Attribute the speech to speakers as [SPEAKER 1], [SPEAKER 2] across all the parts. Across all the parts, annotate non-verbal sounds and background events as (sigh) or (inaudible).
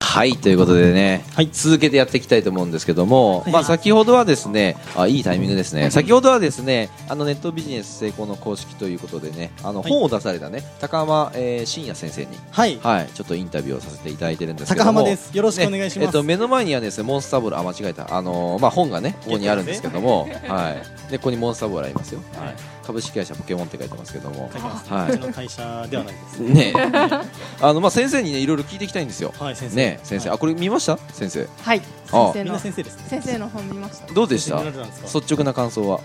[SPEAKER 1] はいということでね、
[SPEAKER 2] はい
[SPEAKER 1] 続けてやっていきたいと思うんですけども、
[SPEAKER 2] い
[SPEAKER 1] まあ、先ほどはですねあいいタイミングですね先ほどはですねあのネットビジネス成功の公式ということでねあの
[SPEAKER 2] はい
[SPEAKER 1] 本を出されたね高浜、えー、真也先生に、
[SPEAKER 2] はい、
[SPEAKER 1] はい、ちょっとインタビューをさせていただいてるんですけ
[SPEAKER 2] 高
[SPEAKER 1] ども
[SPEAKER 2] 浜です。よろしくお願いし
[SPEAKER 1] ねえ
[SPEAKER 2] ま
[SPEAKER 1] っ
[SPEAKER 2] す。
[SPEAKER 1] と、目の前にはですねモンスターボールあ間違えたあのーまあ本がねここにあるんですけども、はいでここにモンスターボールありますよ、はい、株式会社ポケモンって書いてますけども
[SPEAKER 2] 書いてます
[SPEAKER 1] はいう
[SPEAKER 2] ちの会社ではないです。
[SPEAKER 1] ね
[SPEAKER 2] (laughs)
[SPEAKER 1] あのまあ先生にねいろいろ聞いていきたいんですよ
[SPEAKER 2] はい、先生。
[SPEAKER 1] ね先生
[SPEAKER 2] は
[SPEAKER 1] あこれ見ました先生
[SPEAKER 3] はい。
[SPEAKER 1] あ
[SPEAKER 3] 先生
[SPEAKER 2] いみん
[SPEAKER 3] の
[SPEAKER 2] な先生ですね。
[SPEAKER 3] 先生の本見ました。い
[SPEAKER 1] どうでした
[SPEAKER 2] 先生どなたなんですか
[SPEAKER 1] 率直な感想は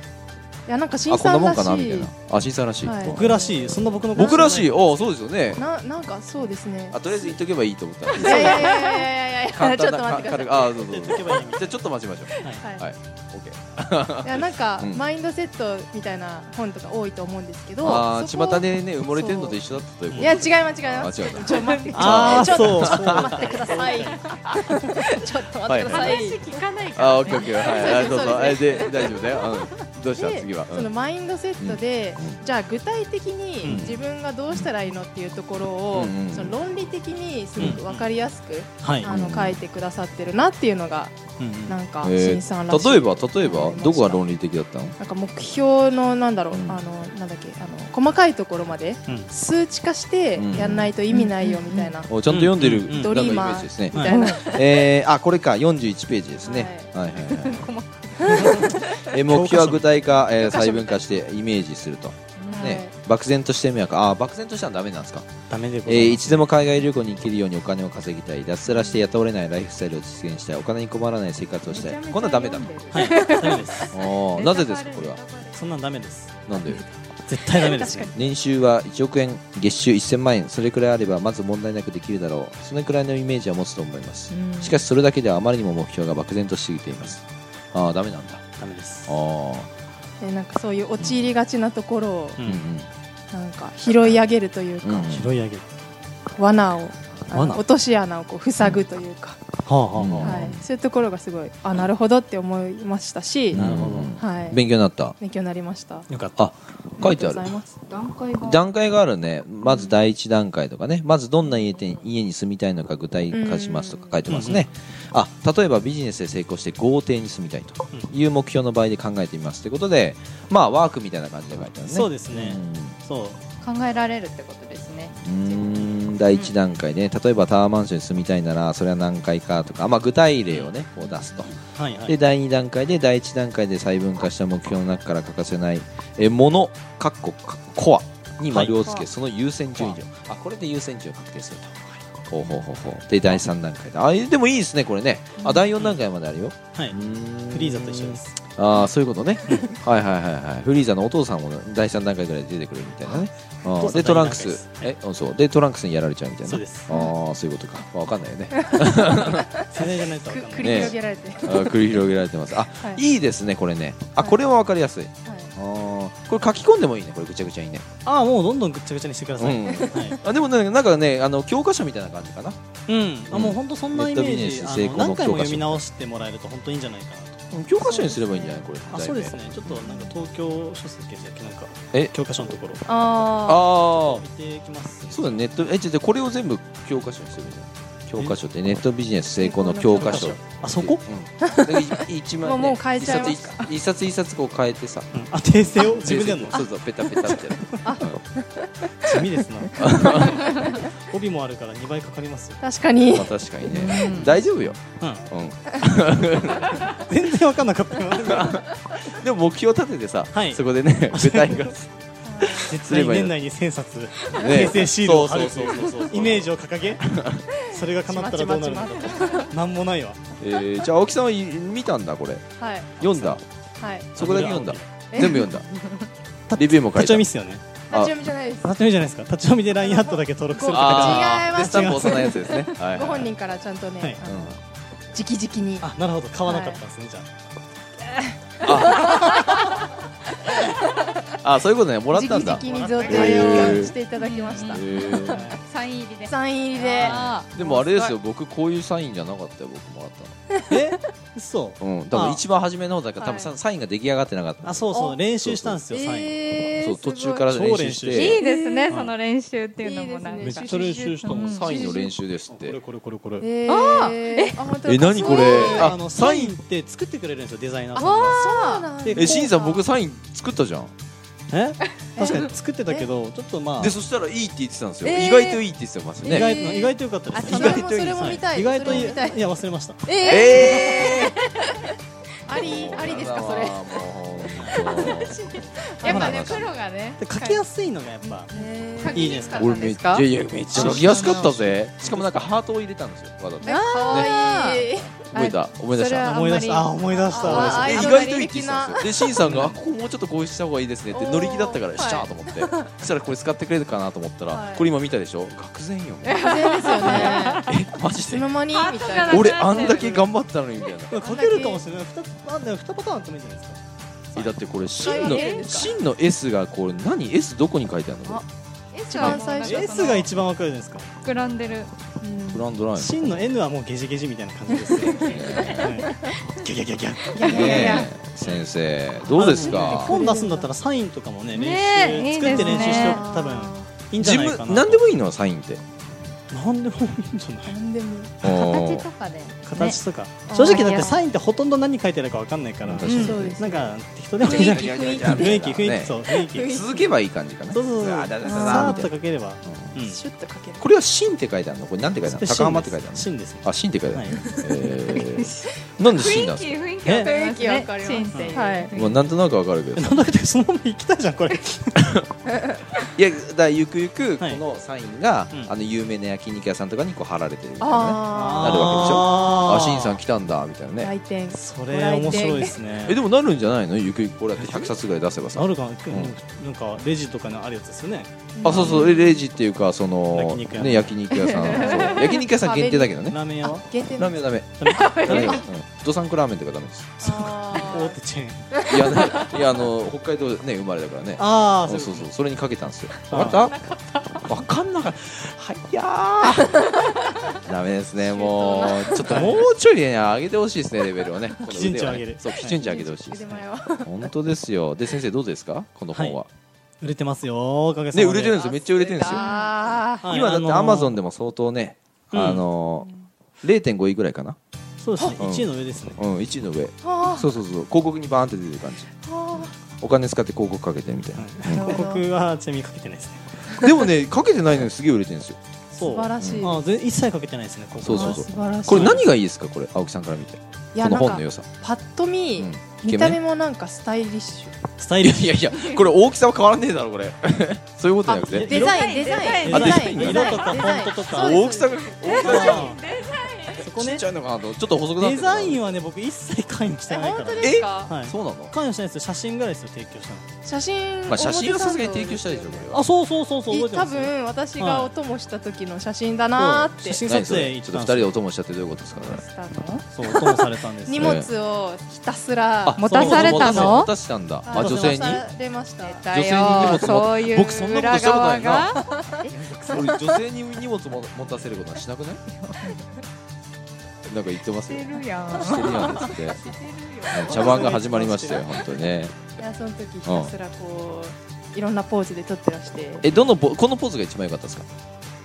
[SPEAKER 3] やなんか新
[SPEAKER 1] あこん
[SPEAKER 3] さ
[SPEAKER 1] なんもん
[SPEAKER 3] ら
[SPEAKER 1] かな
[SPEAKER 3] し
[SPEAKER 1] みたい
[SPEAKER 3] い
[SPEAKER 1] な。あ新さんらしい、
[SPEAKER 3] はい
[SPEAKER 2] 僕らしい、そんな僕のこと
[SPEAKER 1] 僕らしい
[SPEAKER 2] 知な
[SPEAKER 1] おそうですよね
[SPEAKER 3] ななんかそうですね
[SPEAKER 1] あ。とりあえず言っとけばいいと思ったん
[SPEAKER 3] い
[SPEAKER 1] で
[SPEAKER 3] やいやいやいやいやい
[SPEAKER 1] 簡
[SPEAKER 3] や。ちょ
[SPEAKER 1] 単
[SPEAKER 3] っと
[SPEAKER 1] な
[SPEAKER 3] 待ってく
[SPEAKER 1] 軽
[SPEAKER 3] ださい。
[SPEAKER 1] くあどうぞど
[SPEAKER 2] い。
[SPEAKER 1] う
[SPEAKER 2] 言っ
[SPEAKER 1] ぞ
[SPEAKER 2] とけばいいみたい
[SPEAKER 1] じゃあちょっと待ちましょ
[SPEAKER 2] な。は
[SPEAKER 1] う
[SPEAKER 2] い。
[SPEAKER 3] はい
[SPEAKER 1] はい OK
[SPEAKER 3] いやなんか、
[SPEAKER 1] うん
[SPEAKER 3] マインドセットみたいな本とか多いと思うんですけど。
[SPEAKER 1] あ
[SPEAKER 3] そこ
[SPEAKER 1] ー巷でね埋もれてるのと一緒だったということ
[SPEAKER 3] いや違います違い
[SPEAKER 1] あ
[SPEAKER 3] ます。
[SPEAKER 1] 間違えた
[SPEAKER 3] ちょ待って。
[SPEAKER 2] あー
[SPEAKER 3] ちょ
[SPEAKER 2] そう
[SPEAKER 3] ちょっと待ってくださ
[SPEAKER 1] (laughs)
[SPEAKER 3] い。ちょっと待ってください。
[SPEAKER 4] 話聞かないから、ね。
[SPEAKER 1] あ、オッケー、オッケー、はい、あどうぞ、
[SPEAKER 3] そう
[SPEAKER 1] え、で、大丈夫だよ、うん、どうした、
[SPEAKER 3] で
[SPEAKER 1] 次は、う
[SPEAKER 3] その
[SPEAKER 1] ん、
[SPEAKER 3] マインドセットで、じゃあ具体的
[SPEAKER 1] うん
[SPEAKER 3] に自分がどうしたらいいのっていうところを、
[SPEAKER 1] うんうん
[SPEAKER 3] その論理的にすごく分かりやすく、
[SPEAKER 2] はい。
[SPEAKER 3] あの書いてくださってるなっていうのが
[SPEAKER 2] うんうん
[SPEAKER 3] なんか
[SPEAKER 1] え
[SPEAKER 3] 新さんらしい、
[SPEAKER 1] ー例えば、例えば、どこが論
[SPEAKER 3] 理
[SPEAKER 1] 理的だったの。
[SPEAKER 3] なんか目標のなんだろう、
[SPEAKER 1] うん
[SPEAKER 3] あのなんだっけあの細かいところまで
[SPEAKER 2] うん
[SPEAKER 3] 数値化して
[SPEAKER 1] うん
[SPEAKER 3] やんないと意味ないよみたいな、
[SPEAKER 1] お、ちゃんと読んでる、
[SPEAKER 2] うんうん
[SPEAKER 1] なんかイメージですね
[SPEAKER 2] ド。
[SPEAKER 3] みたいな、
[SPEAKER 1] えー、あ、これか、四十一ページですね。はい、はい、はい。 (laughs) えー、目標は具体化、えー、細分化して、イメージすると。ね、漠然として迷惑、あー、漠然としたらダメなんですか。
[SPEAKER 2] ダメでご
[SPEAKER 1] え
[SPEAKER 2] ざい
[SPEAKER 1] ー
[SPEAKER 2] ま
[SPEAKER 1] いつでも海外旅行に行けるようにお金を稼ぎたい、脱サラして雇われないライフスタイルを実現したい、お金に困らない生活をしたい。こんなんダメだ。 (laughs)
[SPEAKER 2] す。はい。ダメです。
[SPEAKER 1] おーなぜですか、これは。
[SPEAKER 2] そんなんダメです。
[SPEAKER 1] なんで。
[SPEAKER 2] 絶対ダメですね。
[SPEAKER 1] 年収は1億円月収1000万円それくらいあればまず問題なくできるだろうそれくらいのイメージは持つと思いますしかしそれだけではあまりにも目標が漠然としすぎていますああダメなんだ
[SPEAKER 2] ダメです
[SPEAKER 1] あ。あ
[SPEAKER 3] でなんかそういう陥りがちなところを
[SPEAKER 2] うん
[SPEAKER 1] うんうん
[SPEAKER 3] なんか拾い上げるというか、
[SPEAKER 1] うん
[SPEAKER 2] 拾い上げる。
[SPEAKER 3] 罠をあの
[SPEAKER 2] 罠
[SPEAKER 3] 落とし穴をこう塞ぐというか、
[SPEAKER 2] はあはあ
[SPEAKER 1] うん
[SPEAKER 2] は
[SPEAKER 3] はい、そういうところがすごいあなるほどって思いましたし、
[SPEAKER 2] なるほど
[SPEAKER 1] うん
[SPEAKER 3] はい、
[SPEAKER 1] 勉強になった
[SPEAKER 3] 勉強になりました。
[SPEAKER 2] あ。よかった。
[SPEAKER 1] あ書いてあ
[SPEAKER 3] りがとう
[SPEAKER 1] る
[SPEAKER 3] ございます
[SPEAKER 4] 段階が。
[SPEAKER 1] 段階があるねまず第一段階とかねまずどんな家て家に住みたいのか具体化しますとか書いてますねあ例えばビジネスで成功して豪邸に住みたいという目標の場合で考えてみますということでまあワークみたいな感じで書いてあるね
[SPEAKER 2] そうですね
[SPEAKER 1] うん
[SPEAKER 2] そう。
[SPEAKER 4] 考えられるってことですね。
[SPEAKER 1] うーん第1段階で、例えばタワーマンションに住みたいならそれは何階かとか、まあ、具体例を、ね、こう出すと、
[SPEAKER 2] はいは
[SPEAKER 1] で
[SPEAKER 2] い。
[SPEAKER 1] 第2段階で第1段階で細分化した目標の中から欠かせないえものかっこかコアに丸をつけ、
[SPEAKER 4] はい
[SPEAKER 1] その優先順位をあこれで優先順位を確定すると。ほうほうほうほうで第3段階であえでもいいですね、これねあ第4段階まであるよ。
[SPEAKER 2] はいう
[SPEAKER 1] ーん
[SPEAKER 2] フリーザと一緒です。
[SPEAKER 1] ああそういうことね (laughs) はいはいはいはいフリーザのお父さんも第3段階ぐらいで出てくるみたいなねあ
[SPEAKER 2] お父
[SPEAKER 1] ー
[SPEAKER 2] さん
[SPEAKER 1] でトランクス
[SPEAKER 2] 第三段階
[SPEAKER 1] えうんそうでトランクスにやられちゃうみたいな
[SPEAKER 2] そうです
[SPEAKER 1] ああそういうことかわかんないよねあ
[SPEAKER 2] 世代じゃないとわ
[SPEAKER 3] く
[SPEAKER 2] かんな
[SPEAKER 3] 繰
[SPEAKER 2] い。
[SPEAKER 3] り広げられて、
[SPEAKER 1] ー繰り広げられてますあ
[SPEAKER 3] はい
[SPEAKER 1] いいですねこれねあこれはわかりやすい
[SPEAKER 3] はい
[SPEAKER 1] あーこれ書き込んでもいいねこれぐちゃぐちゃにね
[SPEAKER 2] ああもうどんどんぐっちゃぐちゃにしてください。
[SPEAKER 1] うん
[SPEAKER 2] はい。
[SPEAKER 1] あでもねなんかねあの教科書みたいな感じかな
[SPEAKER 2] うん。あもう本当そんなイメ
[SPEAKER 1] ネットビ
[SPEAKER 2] ー
[SPEAKER 1] ジ
[SPEAKER 2] ジ。
[SPEAKER 1] ネス
[SPEAKER 2] あ
[SPEAKER 1] 成
[SPEAKER 2] の
[SPEAKER 1] 功の
[SPEAKER 2] 何回も読み直してもらえると本当いいんじゃないかなと。
[SPEAKER 1] うん教科書にすればいいんじゃないこれ題
[SPEAKER 2] あ
[SPEAKER 1] 名
[SPEAKER 2] そうですねちょっとなんか東京書籍でしたっけなんか
[SPEAKER 1] え
[SPEAKER 2] 教科書のところ
[SPEAKER 3] あ
[SPEAKER 1] ああ
[SPEAKER 2] 見てきます
[SPEAKER 1] そうだね、ネットえじゃあこれを全部教科書にするじゃん教科書ってネットビジネス成功の教科書
[SPEAKER 2] あそこ、
[SPEAKER 1] うん、い一枚、ね、
[SPEAKER 3] もうもう変えちゃいます
[SPEAKER 1] 一冊一冊一冊こう変えてさ
[SPEAKER 2] うん、あ訂正を自分でやるの
[SPEAKER 1] そうそうペタペタって
[SPEAKER 2] 地味ですな (laughs) 帯もあるから2倍かかりますよ
[SPEAKER 3] あ、、確かに
[SPEAKER 1] まあ。確かにね
[SPEAKER 4] うん
[SPEAKER 1] 大丈夫よ、
[SPEAKER 2] うん、
[SPEAKER 1] う
[SPEAKER 2] 全然わかんなかった今
[SPEAKER 1] ん、でも目標立ててさ、
[SPEAKER 2] はい
[SPEAKER 1] そこで
[SPEAKER 2] (laughs)
[SPEAKER 1] ね具体化
[SPEAKER 2] 絶
[SPEAKER 1] すれ
[SPEAKER 2] 対
[SPEAKER 1] ばいい
[SPEAKER 2] 年
[SPEAKER 1] の
[SPEAKER 2] 内に1000冊
[SPEAKER 1] ね
[SPEAKER 2] 訂正シールを貼るとい
[SPEAKER 1] そうそうそうそうそう
[SPEAKER 2] イメージを掲げそれが叶ったらどうなるのか
[SPEAKER 3] ちま
[SPEAKER 2] なんもないわ
[SPEAKER 1] えー、じゃあ青木さんはい見たんだこれ
[SPEAKER 3] ちまはい
[SPEAKER 1] 読んだ
[SPEAKER 3] はい。
[SPEAKER 1] そこだけ読んだ
[SPEAKER 3] え
[SPEAKER 1] 全部読んだレビューも書
[SPEAKER 2] 立
[SPEAKER 1] い
[SPEAKER 2] ち読
[SPEAKER 1] た
[SPEAKER 2] みっすよね
[SPEAKER 3] 立ち読みじゃないで
[SPEAKER 2] 立
[SPEAKER 3] す
[SPEAKER 2] ち。読みじゃないですか立ち読みで LINE アットだけ登録するとか
[SPEAKER 1] あー
[SPEAKER 3] 違います
[SPEAKER 1] でスタンプ押さないやつです
[SPEAKER 2] (laughs)
[SPEAKER 1] ね、はいはいはい
[SPEAKER 3] ご本人からちゃんと
[SPEAKER 2] はい
[SPEAKER 3] ね、あの直々に。
[SPEAKER 2] あなるほど買わなかったんですね、じゃ
[SPEAKER 1] あそういうことねもらったんだ
[SPEAKER 3] 直々に贈呈をしていただきました
[SPEAKER 1] へ。ー
[SPEAKER 2] あ
[SPEAKER 4] サイン入りで。
[SPEAKER 3] サイン入りで。
[SPEAKER 4] あー
[SPEAKER 1] でもあれですよ。僕こういうサインじゃなかったよ僕もらったの
[SPEAKER 2] え嘘
[SPEAKER 1] うん、多分一番初めの方だから、多分さサインが出来上がってなかった。
[SPEAKER 2] あそうそう練習したんですよ、サイン
[SPEAKER 3] え
[SPEAKER 4] えー
[SPEAKER 1] そう
[SPEAKER 4] すご
[SPEAKER 1] 途
[SPEAKER 4] い
[SPEAKER 1] 中から練習し
[SPEAKER 2] 超練習して
[SPEAKER 1] て
[SPEAKER 4] いいですね、
[SPEAKER 2] うん
[SPEAKER 4] その練習っていうのもなんか。
[SPEAKER 3] い
[SPEAKER 2] め
[SPEAKER 3] いで
[SPEAKER 2] っ
[SPEAKER 3] すね
[SPEAKER 2] ちゃ練習したもん、
[SPEAKER 4] うん
[SPEAKER 1] サインの練習ですっ
[SPEAKER 2] これ
[SPEAKER 1] て
[SPEAKER 2] これこれこれ
[SPEAKER 3] え
[SPEAKER 4] あ
[SPEAKER 3] え
[SPEAKER 4] え、あ本当だ
[SPEAKER 1] え何これ
[SPEAKER 2] あ
[SPEAKER 1] あ
[SPEAKER 2] のサ
[SPEAKER 1] サ
[SPEAKER 2] イ
[SPEAKER 1] イ
[SPEAKER 2] ン
[SPEAKER 1] ン
[SPEAKER 2] って作ってくれるんですよデザイナーさんが
[SPEAKER 3] そう
[SPEAKER 4] あ
[SPEAKER 3] なんだ
[SPEAKER 2] で
[SPEAKER 1] えしんさん僕サイン作ったじゃん
[SPEAKER 2] え確かに作ってたけどちょっとまあ
[SPEAKER 1] でそしたらいいって言ってたんですよ、
[SPEAKER 3] えー
[SPEAKER 1] 意外といいって言ってました
[SPEAKER 2] 意
[SPEAKER 1] ね
[SPEAKER 2] 外と意外と良かったです
[SPEAKER 3] あ
[SPEAKER 1] 意
[SPEAKER 3] それ
[SPEAKER 1] 外
[SPEAKER 3] も
[SPEAKER 1] といい
[SPEAKER 3] それも見たい
[SPEAKER 2] 意外と
[SPEAKER 3] それ
[SPEAKER 2] いい
[SPEAKER 3] も見たい
[SPEAKER 2] いや忘れました
[SPEAKER 1] え
[SPEAKER 3] ええ
[SPEAKER 1] え
[SPEAKER 3] ありありですかそれ (laughs)
[SPEAKER 4] ーやっぱね、プロがね。
[SPEAKER 2] で書きやすいのがやっぱ
[SPEAKER 3] え
[SPEAKER 4] 書
[SPEAKER 3] ー
[SPEAKER 4] きやすかった
[SPEAKER 1] 俺
[SPEAKER 4] ん
[SPEAKER 1] め
[SPEAKER 4] で
[SPEAKER 1] っ
[SPEAKER 4] す
[SPEAKER 1] ちゃ
[SPEAKER 4] か。
[SPEAKER 1] いやめっちゃ書きやすかったぜしかもなんかハートを入れたんですよわざと
[SPEAKER 4] え可愛い。
[SPEAKER 3] いい
[SPEAKER 1] 覚えた思い出し
[SPEAKER 4] それ
[SPEAKER 1] た
[SPEAKER 4] は
[SPEAKER 2] 思い出したあ思い出した
[SPEAKER 3] あ
[SPEAKER 1] え
[SPEAKER 3] ー
[SPEAKER 1] 意
[SPEAKER 3] アイド
[SPEAKER 1] 外
[SPEAKER 3] ル
[SPEAKER 1] といいって言ってたんですよでしんさんがあここもうちょっとこうした方がいいですねって乗り気だったから
[SPEAKER 3] (laughs) おー
[SPEAKER 1] しちゃーと思ってそしたらこれ使ってくれるかなと思った
[SPEAKER 3] は
[SPEAKER 1] ら
[SPEAKER 3] い
[SPEAKER 1] これ今見たでしょ愕然よね
[SPEAKER 3] ですよね
[SPEAKER 1] えマジ
[SPEAKER 3] いつ
[SPEAKER 1] で
[SPEAKER 3] の間にみたいな
[SPEAKER 1] 俺あんだけ頑張ったのにみたいな
[SPEAKER 2] 書けるかもしれない二つあでも二パターンあってもいいんじゃないですか
[SPEAKER 1] えだってこれ
[SPEAKER 3] あ
[SPEAKER 1] 真
[SPEAKER 3] 書
[SPEAKER 1] の
[SPEAKER 3] いてるんですか
[SPEAKER 1] 真の S がこれ何 S どこに書いてあるのこれ
[SPEAKER 4] 一番最初。
[SPEAKER 2] S が一番わかるじゃないですか
[SPEAKER 4] 膨らんでる。
[SPEAKER 1] グランドライン
[SPEAKER 2] 真の N はもうゲジゲジみたいな感じですよ
[SPEAKER 4] (laughs)
[SPEAKER 2] はいギャギャギャギャ
[SPEAKER 4] いやいやいや
[SPEAKER 1] ね。え先生どうですか
[SPEAKER 2] 本出すんだったらサインとかもね
[SPEAKER 4] ねえ
[SPEAKER 2] 練
[SPEAKER 4] いい
[SPEAKER 2] 習
[SPEAKER 4] です
[SPEAKER 2] 作っ
[SPEAKER 4] ね
[SPEAKER 2] て練習しておくと多分いいんじゃ
[SPEAKER 1] 自
[SPEAKER 2] ないかな
[SPEAKER 1] 分何でもいいのサインって
[SPEAKER 2] なんでもいいんじゃない
[SPEAKER 3] 何でも
[SPEAKER 4] 形とかで。
[SPEAKER 2] 形とか
[SPEAKER 4] ね
[SPEAKER 2] 正直だっ
[SPEAKER 4] い
[SPEAKER 2] て
[SPEAKER 4] や
[SPEAKER 2] サインってほとんど何書いてあるかわかんないから
[SPEAKER 1] う
[SPEAKER 2] なんん
[SPEAKER 1] 確かに
[SPEAKER 3] そうです
[SPEAKER 2] か適当でもいいじゃ
[SPEAKER 3] 雰
[SPEAKER 2] ん
[SPEAKER 3] 囲
[SPEAKER 2] 雰囲気雰
[SPEAKER 3] 気雰囲気
[SPEAKER 2] 囲気
[SPEAKER 1] ね
[SPEAKER 2] そう雰囲気
[SPEAKER 3] 雰囲気
[SPEAKER 1] 続けばいい感じかな
[SPEAKER 2] そうそうそう
[SPEAKER 1] ザーザーザーザ
[SPEAKER 2] さー
[SPEAKER 1] ー
[SPEAKER 2] っ
[SPEAKER 1] み
[SPEAKER 2] と
[SPEAKER 1] たいな
[SPEAKER 2] 書ければ
[SPEAKER 1] う
[SPEAKER 2] うん
[SPEAKER 3] シュッとかける
[SPEAKER 1] んこれは真って書いてあるのこれなんて書いてあるの高浜って書いてある
[SPEAKER 2] シンです
[SPEAKER 1] のあ真って書いてあ
[SPEAKER 2] はい
[SPEAKER 1] るのえーなんで
[SPEAKER 4] 雰
[SPEAKER 1] 真
[SPEAKER 4] 囲
[SPEAKER 1] なん
[SPEAKER 4] 気
[SPEAKER 1] です
[SPEAKER 4] 雰
[SPEAKER 3] ね雰
[SPEAKER 4] 囲気わかりますね。
[SPEAKER 3] 囲気わかります
[SPEAKER 4] シンっていう
[SPEAKER 3] はい
[SPEAKER 1] かまあなんとなくわかるけど
[SPEAKER 2] えなんだかってそのまま行きたいじゃんこれ
[SPEAKER 1] いやだからゆくゆくこ
[SPEAKER 2] はい
[SPEAKER 1] のサインが
[SPEAKER 2] うん
[SPEAKER 1] あの有名な焼肉屋さんとかにこう貼られてるみたいなね
[SPEAKER 3] あ
[SPEAKER 1] なるわけでしょ
[SPEAKER 2] あ
[SPEAKER 1] あしんさん来たんだみたいな
[SPEAKER 3] あ
[SPEAKER 1] ね
[SPEAKER 3] 来店
[SPEAKER 2] それ面白いですね
[SPEAKER 1] えでもなるんじゃないのゆくゆくこれだって100冊ぐらい出せばさ
[SPEAKER 2] なるかな、
[SPEAKER 1] ん
[SPEAKER 2] なんかレジとかのあるやつですよね
[SPEAKER 1] あそうそうレレジっていうかその
[SPEAKER 2] 焼肉屋
[SPEAKER 1] ね焼肉屋さんそう焼肉屋さん限定だけどね
[SPEAKER 2] ラーメン屋は
[SPEAKER 3] 限定
[SPEAKER 1] ラーメンはダメダ
[SPEAKER 2] ダメ
[SPEAKER 1] メ
[SPEAKER 2] か
[SPEAKER 1] ドサンクラーメンとかダメです
[SPEAKER 2] 大手チェーン
[SPEAKER 1] いやねいやあの北海道ね生まれだからね
[SPEAKER 2] ああ
[SPEAKER 1] そうそうそうそれにかけたんですよ
[SPEAKER 2] あ
[SPEAKER 1] 分かった分かんなかったはいやーダメですねもうちょっともうちょいね上げてほしいですねレベルをね
[SPEAKER 2] 基準値を上げる
[SPEAKER 1] そう基準値上げてほしいです
[SPEAKER 3] 腕前は
[SPEAKER 1] 本当ですよで先生どうですかこの本は
[SPEAKER 2] 売れてますよおかげさま
[SPEAKER 1] ね
[SPEAKER 2] で
[SPEAKER 1] 売れてるんですよめっちゃ売れてるんですよ
[SPEAKER 3] あ
[SPEAKER 2] はい
[SPEAKER 1] 今だ
[SPEAKER 2] あ
[SPEAKER 1] って
[SPEAKER 2] のー
[SPEAKER 1] アマゾンでも相当ね
[SPEAKER 2] うん
[SPEAKER 1] あのー0.5位ぐらいかな
[SPEAKER 2] そうですね
[SPEAKER 1] うん
[SPEAKER 2] 1位の上ですね
[SPEAKER 1] うん1位の上
[SPEAKER 3] ーあ
[SPEAKER 1] そうそうそう広告にバーンって出てる感じ
[SPEAKER 3] ーあ
[SPEAKER 1] お金使って広告かけてみたいな
[SPEAKER 3] ー
[SPEAKER 2] 広告はちなみにかけてないですね
[SPEAKER 1] でもねかけてないのにすげえ売れてるんですよ
[SPEAKER 2] そ
[SPEAKER 3] 素
[SPEAKER 2] う
[SPEAKER 3] 晴
[SPEAKER 2] あ
[SPEAKER 3] らしい
[SPEAKER 1] うん
[SPEAKER 2] 全一切かけてないですね広告
[SPEAKER 1] そうそうそう
[SPEAKER 3] あー素晴らしい
[SPEAKER 1] これ何がいいですかこれ青木さんから見て
[SPEAKER 3] い
[SPEAKER 1] こ
[SPEAKER 3] や
[SPEAKER 1] の
[SPEAKER 3] なん
[SPEAKER 1] 本
[SPEAKER 3] か
[SPEAKER 1] の良さ
[SPEAKER 3] パッと見、
[SPEAKER 1] うん
[SPEAKER 3] 見た目もなんかスタイリッシュ
[SPEAKER 2] スタイ
[SPEAKER 1] い
[SPEAKER 2] リ
[SPEAKER 1] や
[SPEAKER 2] ッ
[SPEAKER 1] い
[SPEAKER 2] シ
[SPEAKER 1] やいやこれ大きさは変わらねえだろこれそういうことじゃなく
[SPEAKER 2] あ
[SPEAKER 1] て
[SPEAKER 3] デザインデザイン
[SPEAKER 1] あデザイン
[SPEAKER 3] デ
[SPEAKER 2] 色とか
[SPEAKER 3] デザイン
[SPEAKER 2] フォントとか
[SPEAKER 3] そうです
[SPEAKER 1] 大きさが大きさが
[SPEAKER 2] ュそこ
[SPEAKER 1] ち
[SPEAKER 2] ね
[SPEAKER 1] っちゃいのかなとちょっと細くなってるのか
[SPEAKER 2] デザ
[SPEAKER 1] な
[SPEAKER 2] インはね僕一切関与して
[SPEAKER 4] え
[SPEAKER 2] ないか
[SPEAKER 4] 本
[SPEAKER 2] ら
[SPEAKER 4] 当ですか。
[SPEAKER 2] はい
[SPEAKER 1] そうなの
[SPEAKER 2] 関与してないですよ写真ぐらいですよ提供したの
[SPEAKER 3] 写真
[SPEAKER 1] まあ写真はさすがに提供したでしょこれは
[SPEAKER 2] あそうそうそうそう覚えて
[SPEAKER 3] 多
[SPEAKER 2] ますよ
[SPEAKER 3] 分私がお供した時の写真だなーって
[SPEAKER 2] 写真
[SPEAKER 1] 何
[SPEAKER 2] 撮
[SPEAKER 1] そ
[SPEAKER 2] 影
[SPEAKER 1] れち
[SPEAKER 2] 行っ
[SPEAKER 1] ょっと二
[SPEAKER 2] たん
[SPEAKER 1] 人
[SPEAKER 2] で
[SPEAKER 1] でお供しちゃってどういうことですかこれ
[SPEAKER 4] したの
[SPEAKER 2] すよそうともされたんです
[SPEAKER 3] 荷
[SPEAKER 2] よ
[SPEAKER 3] 物をひたすら
[SPEAKER 1] あ
[SPEAKER 4] 持たされた
[SPEAKER 1] そう
[SPEAKER 4] の
[SPEAKER 1] 持たせたんだ
[SPEAKER 3] は
[SPEAKER 1] あ
[SPEAKER 3] い
[SPEAKER 1] 女性に
[SPEAKER 3] 渡されました
[SPEAKER 1] 女性に荷物持た
[SPEAKER 4] そういう
[SPEAKER 1] 僕そんなことし
[SPEAKER 4] 裏
[SPEAKER 1] たことな
[SPEAKER 4] 側
[SPEAKER 1] いな
[SPEAKER 4] が
[SPEAKER 1] 俺女性に荷物も持たせることはしなくないなんか言ってます
[SPEAKER 4] し
[SPEAKER 1] よ
[SPEAKER 4] てるやん
[SPEAKER 1] してるやんですって茶番が始まりましたよ本当にね
[SPEAKER 3] いやその時ひたすらこういろんなポーズで撮ってらして
[SPEAKER 1] えどのポこのポーズが一番良かったですか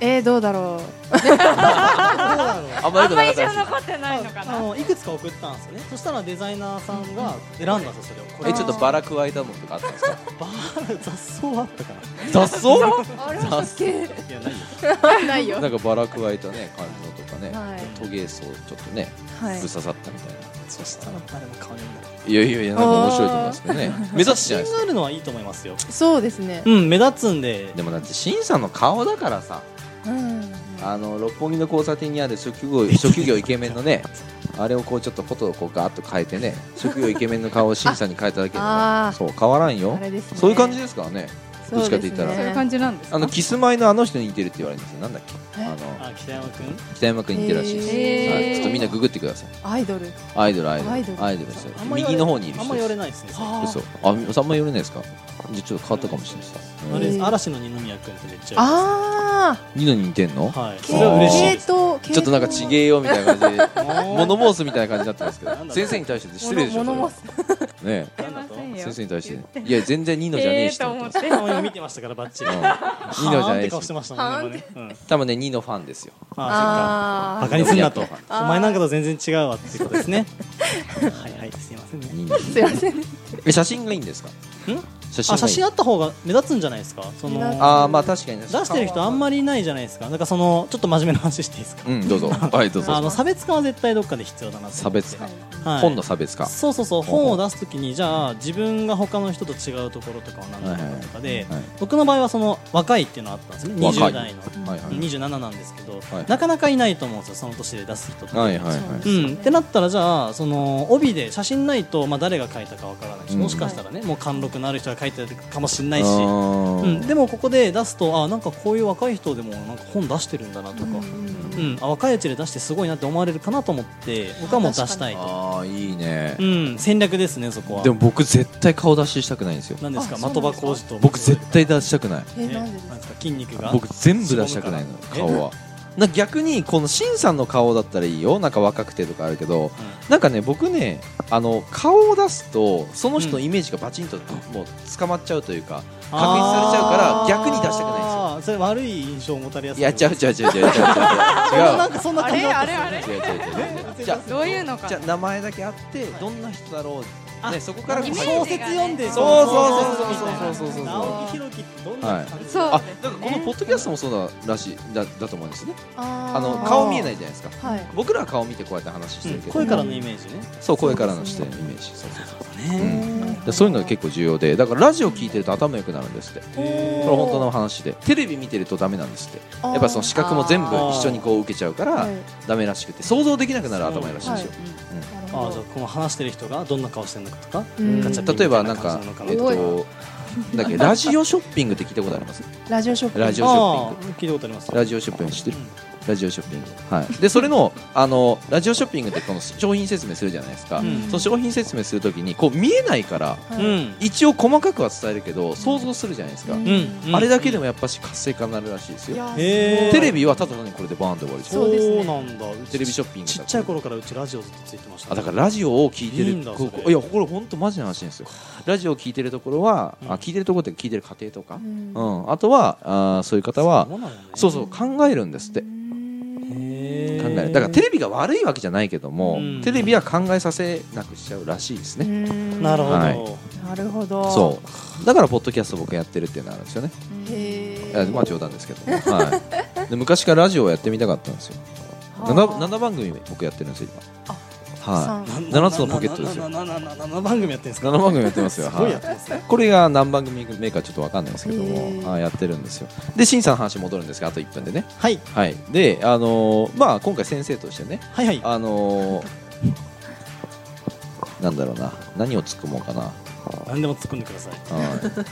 [SPEAKER 3] えー、どうだろ
[SPEAKER 2] (laughs) どうだろう
[SPEAKER 1] あんま
[SPEAKER 4] あ
[SPEAKER 1] 良
[SPEAKER 4] ん
[SPEAKER 1] く
[SPEAKER 4] ま
[SPEAKER 1] なか
[SPEAKER 4] 以
[SPEAKER 1] ったらし
[SPEAKER 4] 上
[SPEAKER 1] い
[SPEAKER 4] 残ってないのか
[SPEAKER 2] あ
[SPEAKER 4] な
[SPEAKER 2] のいくつか送ったんですよねそしたらデザイナーさんが選んだんですよそれをこれ
[SPEAKER 1] えちょっとバラ加えたのとかあったんですか
[SPEAKER 2] バー雑草はあったかな
[SPEAKER 1] 雑草
[SPEAKER 3] うあれはすげ
[SPEAKER 2] いやないよ
[SPEAKER 3] えな
[SPEAKER 1] (laughs)
[SPEAKER 3] いよ
[SPEAKER 1] なんかバラ加えたね感じのとかね
[SPEAKER 3] はい
[SPEAKER 1] トゲ層ちょっとねぶ
[SPEAKER 3] はい
[SPEAKER 1] 刺さったみたいな
[SPEAKER 2] そしたら誰も顔になる
[SPEAKER 1] いやいやいやなんか面白いと思いますけどね目指すじゃないですか
[SPEAKER 2] 写真があるのはいいと思いますよ
[SPEAKER 3] そうですね
[SPEAKER 2] うん目立つんで
[SPEAKER 1] でもだってシンさんの顔だからさ
[SPEAKER 3] うん
[SPEAKER 1] あの六本木の交差点にある職業職業イケメンのねあれをこうちょっとことをこうガーッと変えてね職業イケメンの顔をシンさんに変えただけで
[SPEAKER 3] あー
[SPEAKER 1] そう変わらんよ
[SPEAKER 3] あれですね
[SPEAKER 1] そういう感じですからねどっちかって言ったら
[SPEAKER 4] そういう
[SPEAKER 3] じ
[SPEAKER 4] 感じなんですか
[SPEAKER 1] あのキスマイのあの人に似てるって言われるんですよなんだっけ
[SPEAKER 3] え
[SPEAKER 1] あの
[SPEAKER 2] あ北山くん
[SPEAKER 1] 北山君に似てるらしいです、
[SPEAKER 3] へー
[SPEAKER 1] はい、ちょっとみんなググってください
[SPEAKER 3] アイドル
[SPEAKER 1] アイドルアイドル
[SPEAKER 3] アイドル
[SPEAKER 1] アイドルですよ
[SPEAKER 2] あんま言われ
[SPEAKER 1] 右の方にいる
[SPEAKER 2] あん
[SPEAKER 1] 人
[SPEAKER 2] ま
[SPEAKER 1] で
[SPEAKER 2] 言われ
[SPEAKER 1] す
[SPEAKER 2] ないですね
[SPEAKER 3] あ
[SPEAKER 1] 嘘あみあんま言われないですかじゃあちょっと変わったかもしれないです、
[SPEAKER 2] あ
[SPEAKER 1] う
[SPEAKER 2] れ
[SPEAKER 1] ん
[SPEAKER 2] です嵐の二宮君ってめっちゃ
[SPEAKER 3] あ
[SPEAKER 1] ニノに似てんの、
[SPEAKER 2] あはい
[SPEAKER 3] ー
[SPEAKER 2] それは嬉しいです
[SPEAKER 3] 系統系統
[SPEAKER 1] ちょっとなんかちげえよみたいな感じ
[SPEAKER 2] (laughs)
[SPEAKER 1] で
[SPEAKER 2] もう
[SPEAKER 1] 物申すみたいな感じになってますけ
[SPEAKER 2] なんだろ
[SPEAKER 1] ど
[SPEAKER 2] う
[SPEAKER 1] 先生に対して失礼でしょ
[SPEAKER 3] 物
[SPEAKER 1] それは
[SPEAKER 3] 物申す
[SPEAKER 1] ね
[SPEAKER 2] なんだと
[SPEAKER 4] すいませんよ
[SPEAKER 5] よ
[SPEAKER 1] 先生に対していや全然ニーノじゃねえし
[SPEAKER 5] えー
[SPEAKER 1] と
[SPEAKER 5] と
[SPEAKER 1] 思
[SPEAKER 5] 思
[SPEAKER 1] っ
[SPEAKER 5] ってて
[SPEAKER 2] あ今見てましたからバッチリ。
[SPEAKER 1] うんニ
[SPEAKER 2] は
[SPEAKER 1] ーノじゃ
[SPEAKER 2] ーんっ
[SPEAKER 1] な
[SPEAKER 2] て
[SPEAKER 1] い
[SPEAKER 2] 顔
[SPEAKER 1] し
[SPEAKER 2] してましたもんね。今ねうん
[SPEAKER 1] 多分ねニーノファンですよ
[SPEAKER 2] ああそっか。バ
[SPEAKER 5] あ
[SPEAKER 2] カにすんなと。お
[SPEAKER 1] ニーノファン
[SPEAKER 2] 前なんかと全然違うわっていうこと (laughs) ですね。はいはいすいませんね。
[SPEAKER 1] ニーノ
[SPEAKER 5] あすいません
[SPEAKER 1] え写真がいいんですか写真
[SPEAKER 2] あ
[SPEAKER 1] が
[SPEAKER 2] 写
[SPEAKER 1] いい
[SPEAKER 2] 真あった方が目立つんじゃないですか。そ
[SPEAKER 5] 目立
[SPEAKER 2] の
[SPEAKER 1] あーまあ確かに出
[SPEAKER 2] 出してる人あんまりいないじゃないですか。なんかそのちょっと真面目な話していいですか。
[SPEAKER 1] うんどうぞはいどう
[SPEAKER 2] あの
[SPEAKER 1] ぞ
[SPEAKER 2] 差別化は絶対どっかで必要だなと思って
[SPEAKER 1] 差別化
[SPEAKER 2] はい
[SPEAKER 1] 本の差別化
[SPEAKER 2] そうそうそう
[SPEAKER 1] ほうほ
[SPEAKER 2] 本
[SPEAKER 1] う
[SPEAKER 2] を出すときにじゃあ自分が他の人と違うところとかは何だろうとかで、
[SPEAKER 1] はい
[SPEAKER 2] 僕の場合はその若いっていうのはあったんですね
[SPEAKER 1] 若い
[SPEAKER 2] 20代の
[SPEAKER 1] はいはい
[SPEAKER 2] 27なんですけど、
[SPEAKER 1] はい
[SPEAKER 2] なかなかいないと思うんですよその年で出す人って、
[SPEAKER 1] はいはいはい
[SPEAKER 2] うん、ってなったらじゃあその帯で写真ないと、まあ、誰が書いたかわからないし、
[SPEAKER 1] うん
[SPEAKER 2] もしかしたらねもう貫禄のある人が書いてるかもしれないし、
[SPEAKER 1] あ
[SPEAKER 2] う
[SPEAKER 1] ー
[SPEAKER 2] ん、でもここで出すとあなんかこういう若い人でもなんか本出してるんだなとか、うんあ若いうちで出してすごいなって思われるかなと思って僕はもう出したいと。
[SPEAKER 1] あーいいね
[SPEAKER 2] うん、戦略ですねそこは
[SPEAKER 1] でも僕絶対顔出ししたくないんですよ
[SPEAKER 2] 何ですか
[SPEAKER 3] あ
[SPEAKER 2] 的場浩二と
[SPEAKER 1] 僕絶対出したくない
[SPEAKER 3] え
[SPEAKER 2] ね
[SPEAKER 3] なんでで
[SPEAKER 2] なんですか筋肉が
[SPEAKER 1] 僕全部出したくないの
[SPEAKER 2] しぼ
[SPEAKER 1] 顔
[SPEAKER 2] むから
[SPEAKER 1] はな逆にこのシンさんの顔だったらいいよなんか若くてとかあるけどなんかね僕ねあの顔を出すとその人のイメージがバチンともう捕まっちゃうというか、
[SPEAKER 2] 確
[SPEAKER 1] 確立されちゃうから逆に出したくないんですよ
[SPEAKER 2] いですよそれ悪い印象を持たれやす
[SPEAKER 1] い
[SPEAKER 2] い
[SPEAKER 1] や違う違う違 (laughs) う違う違う違う違う
[SPEAKER 2] なんかそんな
[SPEAKER 5] あ
[SPEAKER 2] 感じ
[SPEAKER 5] れ
[SPEAKER 2] だ
[SPEAKER 5] あ
[SPEAKER 2] っ
[SPEAKER 5] れあれ
[SPEAKER 1] 違う違う違う違うじゃ
[SPEAKER 5] どういうのか
[SPEAKER 1] あじゃあ名前だけあってどんな人だろう
[SPEAKER 2] あ
[SPEAKER 1] ねそこから
[SPEAKER 2] た
[SPEAKER 5] イメージ
[SPEAKER 2] 小説読んで
[SPEAKER 1] そう
[SPEAKER 5] そうそうそうそうそうそうそう
[SPEAKER 2] 青木ひろきってどんな感じ
[SPEAKER 5] そう
[SPEAKER 1] あなんかこのポッドキャストもそうだらしいだだと思うんですね
[SPEAKER 3] あ
[SPEAKER 1] あの顔見えないじゃないですか
[SPEAKER 3] はい
[SPEAKER 1] 僕らは顔見てこうやって話してるけど、
[SPEAKER 2] 声からのイメージね
[SPEAKER 1] そう声からの視点イメージそうそう
[SPEAKER 2] ね
[SPEAKER 1] そうでそういうのが結構重要でだからラジオ聞いてると頭良くなるんですってこ
[SPEAKER 2] へ
[SPEAKER 1] れ
[SPEAKER 2] ー
[SPEAKER 1] 本当の話でテレビ見てるとダメなんですってやっぱその視覚も全部一緒にこう受けちゃうからダメらしくて想像できなくなる頭らしいんですよ、
[SPEAKER 2] あじゃあこの話してる人がどんな顔してるのかとか
[SPEAKER 3] うん
[SPEAKER 2] ガチャピンみた
[SPEAKER 1] 例え
[SPEAKER 2] い
[SPEAKER 1] ばなん
[SPEAKER 2] 感
[SPEAKER 1] か
[SPEAKER 2] じの
[SPEAKER 1] えっ
[SPEAKER 3] おい
[SPEAKER 1] とだっけラジオショッピングって聞いたことあります
[SPEAKER 3] ラジオショップ
[SPEAKER 1] ラジオショッ
[SPEAKER 2] あ
[SPEAKER 1] ピン
[SPEAKER 2] ー聞いたことあります
[SPEAKER 1] グラジオショッピング知ってる
[SPEAKER 2] うん
[SPEAKER 1] ラジオショッピングはいでそれのあのラジオショッピングってこの商品説明するじゃないですか、
[SPEAKER 2] うん
[SPEAKER 1] その商品説明するときにこう見えないから
[SPEAKER 3] はい
[SPEAKER 2] うん
[SPEAKER 1] 一応細かくは伝えるけど想像するじゃないですか、
[SPEAKER 3] うん
[SPEAKER 2] うん
[SPEAKER 1] あれだけでもやっぱし活性化になるらしいですよ
[SPEAKER 2] へー
[SPEAKER 1] テレビはただ単にこれでバーンって終わりです
[SPEAKER 3] そうですね
[SPEAKER 2] なんだうち
[SPEAKER 1] テレビショッピング
[SPEAKER 2] ち
[SPEAKER 1] だ
[SPEAKER 2] っちゃい頃からうちラジオずっとついてました
[SPEAKER 1] あだかららラジオを聞いてる
[SPEAKER 2] いいんだそれ
[SPEAKER 1] ここいやこれ本当マジな話なんですよラジオを聞いてるところは、
[SPEAKER 2] うん
[SPEAKER 1] あ聞いてるところって聞いてる家庭とか、
[SPEAKER 3] ん
[SPEAKER 1] うんあとはあーそういう方は
[SPEAKER 2] そうなのね
[SPEAKER 1] そうそう考えるんですって
[SPEAKER 2] 考
[SPEAKER 1] 考
[SPEAKER 2] え
[SPEAKER 1] えるだからテ
[SPEAKER 2] レ
[SPEAKER 1] レビが悪いわけじゃないけども、
[SPEAKER 2] うん
[SPEAKER 1] テレビは考えさせなくしちゃうらしいですね、
[SPEAKER 2] なるほど、
[SPEAKER 1] は
[SPEAKER 5] なるほど
[SPEAKER 1] そうだからポッドキャスト僕やってるっていうのあるんですよね
[SPEAKER 3] へ
[SPEAKER 1] え
[SPEAKER 3] ー
[SPEAKER 1] ーまあ冗談ですけ
[SPEAKER 2] (laughs)
[SPEAKER 1] ど、はい、で昔からラジオをやってみたかったんですよ 7, 七番組僕やってるんですよ今は
[SPEAKER 3] さん
[SPEAKER 1] 七つのポケットですよ
[SPEAKER 2] なななななな番組やってんです
[SPEAKER 1] い
[SPEAKER 2] か
[SPEAKER 1] 7番組やってますよ
[SPEAKER 2] すご
[SPEAKER 1] はいい
[SPEAKER 2] やってますね
[SPEAKER 1] これが何番組目かちょっとわかんないですけど
[SPEAKER 3] へー
[SPEAKER 1] も、はいやってるんですよで審査の話戻るんですがあと1分でね
[SPEAKER 2] はい
[SPEAKER 1] はいであのーまあ今回先生としてね
[SPEAKER 2] はいはい
[SPEAKER 1] あのーなんだろうな何を突っ込もうか
[SPEAKER 3] (laughs)
[SPEAKER 1] な
[SPEAKER 2] 何でも突っ込んでください
[SPEAKER 1] はい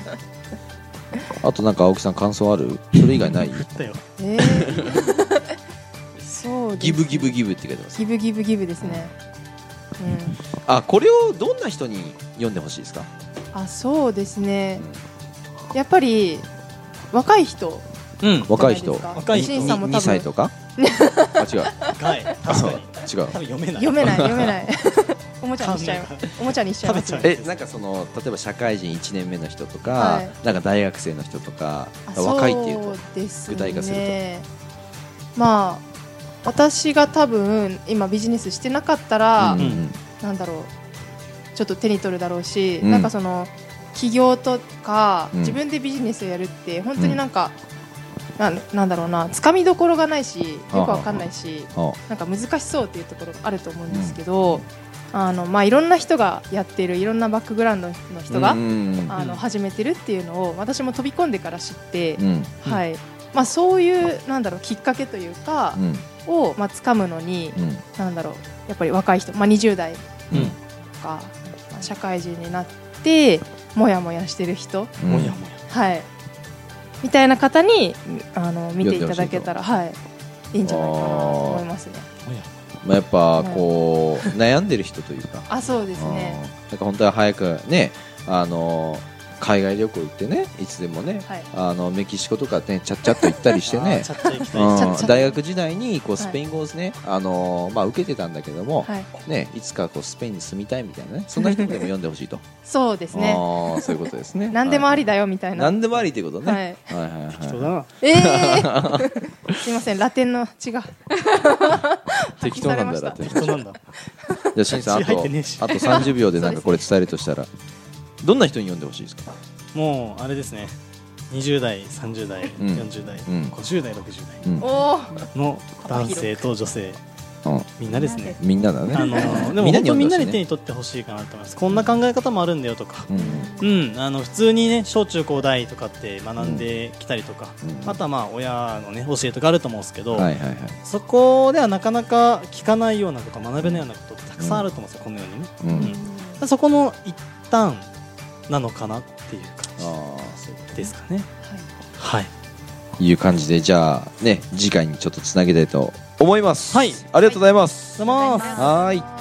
[SPEAKER 1] あとなんか青木さん感想あるそれ以外
[SPEAKER 3] (laughs)
[SPEAKER 1] ない
[SPEAKER 2] だよ
[SPEAKER 3] えー (laughs) そうです
[SPEAKER 1] ギブギブギブって書いてます
[SPEAKER 3] ギブギブギブですねう
[SPEAKER 1] あこれをどんな人に読んでほしいですか
[SPEAKER 3] んあそうですねやっぱり若い人
[SPEAKER 2] うん
[SPEAKER 1] 若い人
[SPEAKER 3] じゃなですか
[SPEAKER 2] 若い人
[SPEAKER 3] シンさんも多
[SPEAKER 1] 2歳
[SPEAKER 3] 分
[SPEAKER 1] と
[SPEAKER 3] (laughs)
[SPEAKER 1] かあ違う
[SPEAKER 2] はい確かに
[SPEAKER 1] 違う
[SPEAKER 2] 多分読めない
[SPEAKER 3] 読めない読めない (laughs) おもちゃにしちゃいま
[SPEAKER 2] 勘
[SPEAKER 3] すおもちゃにしちゃいます
[SPEAKER 2] 食べちゃ
[SPEAKER 1] えなんかその例えば社会人1年目の人とか、
[SPEAKER 3] はい
[SPEAKER 1] なんか大学生の人とか
[SPEAKER 3] あ
[SPEAKER 1] 若いっていう
[SPEAKER 3] そ
[SPEAKER 1] と
[SPEAKER 3] ですね
[SPEAKER 1] 具体化する
[SPEAKER 3] まあ私が多分今ビジネスしてなかったら、
[SPEAKER 1] うんうん
[SPEAKER 3] なんだろうちょっと手に取るだろうし、
[SPEAKER 1] うん
[SPEAKER 3] なんかその起業とか、
[SPEAKER 1] うん
[SPEAKER 3] 自分でビジネスをやるって本当になんか、なんなんだろうなつかみどころがないしよくわかんないし
[SPEAKER 1] あ
[SPEAKER 3] なんか難しそうっていうところがあると思うんですけど、あのまあ、いろんな人がやってるいろんなバックグラウンドの人が、
[SPEAKER 1] うんうん
[SPEAKER 3] あ
[SPEAKER 2] うん
[SPEAKER 3] の始めてるっていうのを私も飛び込んでから知って。
[SPEAKER 1] うん
[SPEAKER 3] はいまあ、そういうなんだろうきっかけというか
[SPEAKER 1] う、ん
[SPEAKER 3] を、まあ掴むのに、
[SPEAKER 1] うん
[SPEAKER 3] なんだろうやっぱり若い人、まあ、20代
[SPEAKER 1] うん
[SPEAKER 3] とか、まあ社会人になってもやもやしてる人、
[SPEAKER 1] うん
[SPEAKER 2] もやもや
[SPEAKER 3] はい、みたいな方にあの見ていただけたら、はい、いいんじゃないかなと思いますね。
[SPEAKER 2] もや
[SPEAKER 1] まあやっぱこう、悩んでる人というか
[SPEAKER 3] あそうですね
[SPEAKER 1] あーなんか本当は早くねあのー海外旅行行ってねいつでもね、
[SPEAKER 3] はい
[SPEAKER 1] あのメキシコとかねちゃっちゃっと行ったりして
[SPEAKER 2] (laughs) あー
[SPEAKER 1] ね
[SPEAKER 2] ちゃっちゃ行きたい
[SPEAKER 3] ちゃっ
[SPEAKER 1] う
[SPEAKER 3] ちゃ
[SPEAKER 1] ん、
[SPEAKER 3] っ
[SPEAKER 1] 大学時代にこう
[SPEAKER 3] はい
[SPEAKER 1] スペイン語をね、あのーまあ、受けてたんだけども、
[SPEAKER 3] はい、
[SPEAKER 1] ね、いつかこうスペインに住みたいみたいなねそんな人にでも読んでほしいと
[SPEAKER 3] そうです
[SPEAKER 1] あ
[SPEAKER 3] ね
[SPEAKER 1] ーそういうことです
[SPEAKER 3] (laughs)
[SPEAKER 1] ね
[SPEAKER 3] 何でもあり
[SPEAKER 1] だ
[SPEAKER 3] だよみたいな、
[SPEAKER 1] 何でもありということね、 (laughs)
[SPEAKER 3] はい、
[SPEAKER 1] はいはいはい
[SPEAKER 2] 適当だな
[SPEAKER 3] ええー、 (laughs) すいませんラテンの血が
[SPEAKER 1] 適当なんだな
[SPEAKER 3] 発
[SPEAKER 2] 適当なんだ
[SPEAKER 1] じゃあしんさんあと
[SPEAKER 2] 入ってねえし
[SPEAKER 1] あと30秒でなんかこれ伝えるとしたらどんな人に読んでほしいですか、
[SPEAKER 2] もうあれですね20代30代、
[SPEAKER 1] ん
[SPEAKER 2] 40代、
[SPEAKER 1] ん
[SPEAKER 2] 50代60代
[SPEAKER 1] うん
[SPEAKER 3] おお
[SPEAKER 1] (laughs)
[SPEAKER 2] の男性と女性
[SPEAKER 1] うん、
[SPEAKER 2] みんなですね
[SPEAKER 1] みんなだね、
[SPEAKER 2] あの
[SPEAKER 1] (laughs)
[SPEAKER 2] ーでも
[SPEAKER 1] みんなに
[SPEAKER 2] 本
[SPEAKER 1] 読んでほしいね
[SPEAKER 2] 当みんなに手に取ってほしいかなと思いますこんな考え方もあるんだよとか
[SPEAKER 1] うん
[SPEAKER 2] うんあの普通にね小中高大とかって学んできたりとか、
[SPEAKER 1] うん
[SPEAKER 2] あとはまあ親のね教えとかあると思うんですけど、
[SPEAKER 1] はいはいはい、
[SPEAKER 2] そこではなかなか聞かないようなこと学べないようなことってたくさんあると思うんですよ、このように
[SPEAKER 1] う
[SPEAKER 2] ね
[SPEAKER 1] ん
[SPEAKER 2] うんそこの一端なのかなっていう感
[SPEAKER 1] ああそう
[SPEAKER 2] じですかねはい
[SPEAKER 1] いう感じでじゃあね次回にちょっとつなげたいと思います
[SPEAKER 2] はい
[SPEAKER 1] ありがとうございます、
[SPEAKER 2] どうも
[SPEAKER 1] はーい